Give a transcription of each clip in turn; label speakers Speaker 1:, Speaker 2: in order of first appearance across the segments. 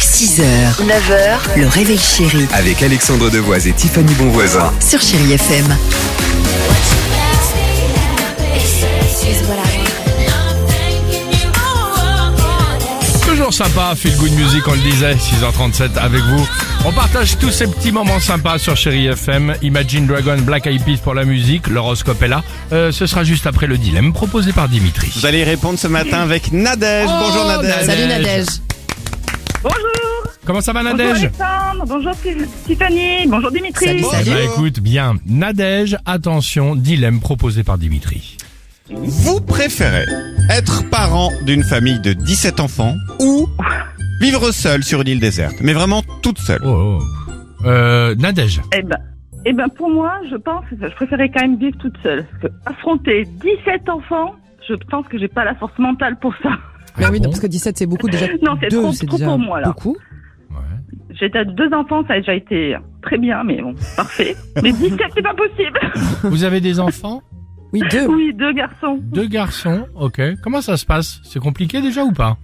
Speaker 1: 6h, 9h, le réveil chéri
Speaker 2: Avec Alexandre Devoise et Tiffany Bonvoisin.
Speaker 1: sur Chéri FM.
Speaker 3: Toujours sympa, feel good music, on le disait, 6h37 avec vous. On partage tous ces petits moments sympas sur Chéri FM. Imagine Dragon, Black Eyed Peas pour la musique, l'horoscope est là. Euh, ce sera juste après le dilemme proposé par Dimitri.
Speaker 4: Vous allez répondre ce matin avec Nadège.
Speaker 5: Oh,
Speaker 4: Bonjour Nadège.
Speaker 1: Salut Nadège.
Speaker 5: Bonjour.
Speaker 3: Comment ça va
Speaker 5: Bonjour
Speaker 3: Nadège
Speaker 5: Alexandre. Bonjour Ti- Tiffany. Bonjour Dimitri.
Speaker 1: Salut,
Speaker 3: Eh
Speaker 1: salut.
Speaker 3: ben, écoute, bien. Nadège, attention, dilemme proposé par Dimitri.
Speaker 4: Vous préférez être parent d'une famille de 17 enfants ou vivre seul sur une île déserte, mais vraiment toute seule
Speaker 3: Oh, oh. Euh, Nadège.
Speaker 5: Eh ben, eh ben pour moi, je pense que je préférais quand même vivre toute seule. Parce que affronter 17 enfants, je pense que j'ai pas la force mentale pour ça.
Speaker 6: Bah oui,
Speaker 3: Ah bon
Speaker 6: non, parce que 17 c'est beaucoup déjà.
Speaker 5: Non, c'est
Speaker 6: Deux,
Speaker 5: trop- trop
Speaker 6: déjà
Speaker 5: pour moi, là.
Speaker 6: Beaucoup.
Speaker 3: Ouais.
Speaker 5: J'ai déjà deux enfants, ça a déjà été très bien, mais bon, parfait. Mais 17, c'est pas possible.
Speaker 3: Vous avez des enfants
Speaker 6: Oui, deux.
Speaker 5: Oui, deux garçons.
Speaker 3: Deux garçons, ok. Comment ça se passe C'est compliqué déjà ou pas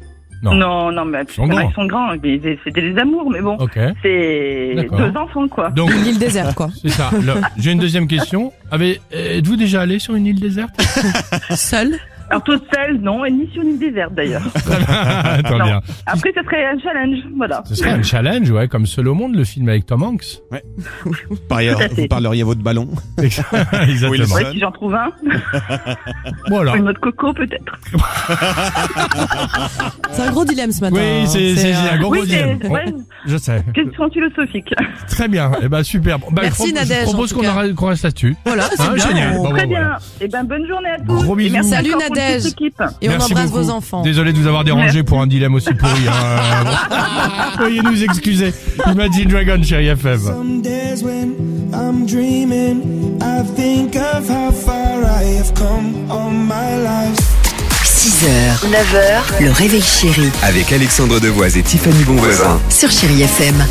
Speaker 3: Non.
Speaker 5: Non, non, mais
Speaker 3: sont
Speaker 5: c'est vrai,
Speaker 3: grands.
Speaker 5: ils sont grands. mais c'est- C'est des amours, mais bon.
Speaker 3: Ok.
Speaker 5: C'est
Speaker 3: D'accord.
Speaker 5: deux enfants, quoi.
Speaker 3: Donc,
Speaker 6: Une île déserte, quoi.
Speaker 3: c'est ça. Le- J'ai une deuxième question. Avez, êtes-vous déjà allé sur une île déserte
Speaker 6: Seul.
Speaker 5: Alors, toute seule, non, et ni sur une île déserte, d'ailleurs.
Speaker 3: Très
Speaker 5: Non.
Speaker 3: bien.
Speaker 5: Après, ce serait un challenge, voilà.
Speaker 3: Ce serait un challenge, ouais, comme Seul au monde, le film avec Tom Hanks.
Speaker 4: Par ailleurs,
Speaker 5: Tout à fait.
Speaker 4: vous parleriez votre ballon.
Speaker 3: Exactement.
Speaker 5: Ouais, si j'en trouve un,
Speaker 3: Voilà.
Speaker 5: une autre coco peut-être.
Speaker 6: C'est un gros dilemme ce matin.
Speaker 3: Oui, c'est, c'est,
Speaker 6: euh,
Speaker 3: un gros
Speaker 5: Oui, c'est
Speaker 3: dilemme.
Speaker 5: c'est vrai,
Speaker 3: Je sais.
Speaker 5: question philosophique.
Speaker 3: Très bien. Eh ben, super. Bon, ben,
Speaker 6: Merci,
Speaker 3: je propose-
Speaker 6: Nadège,
Speaker 3: Je propose
Speaker 6: en
Speaker 3: qu'on,
Speaker 6: tout cas.
Speaker 3: arrête- qu'on reste là-dessus.
Speaker 6: Voilà, c'est
Speaker 3: Hein,
Speaker 6: bien.
Speaker 3: génial.
Speaker 6: On-
Speaker 3: Bon,
Speaker 5: Très
Speaker 3: bon,
Speaker 5: bien.
Speaker 3: voilà.
Speaker 5: Et ben bonne journée à tous.
Speaker 3: Gros
Speaker 5: Et
Speaker 3: bisous.
Speaker 5: merci
Speaker 6: Salut,
Speaker 5: encore pour toute
Speaker 6: Nadège.
Speaker 5: l'équipe.
Speaker 6: Et on
Speaker 3: Merci
Speaker 6: embrasse
Speaker 3: beaucoup.
Speaker 6: vos enfants.
Speaker 3: Désolé de vous avoir dérangé
Speaker 5: Merci.
Speaker 3: pour un dilemme aussi pourri. hein. Bon. Veuillez nous excuser. Imagine Dragon, chérie FM.
Speaker 7: Some days when I'm dreaming, I think of how far I have come all my life.
Speaker 1: 6h, 9h, le réveil chéri
Speaker 2: Avec Alexandre Devoise et Tiffany Bonvoisin.
Speaker 1: sur Chéri FM.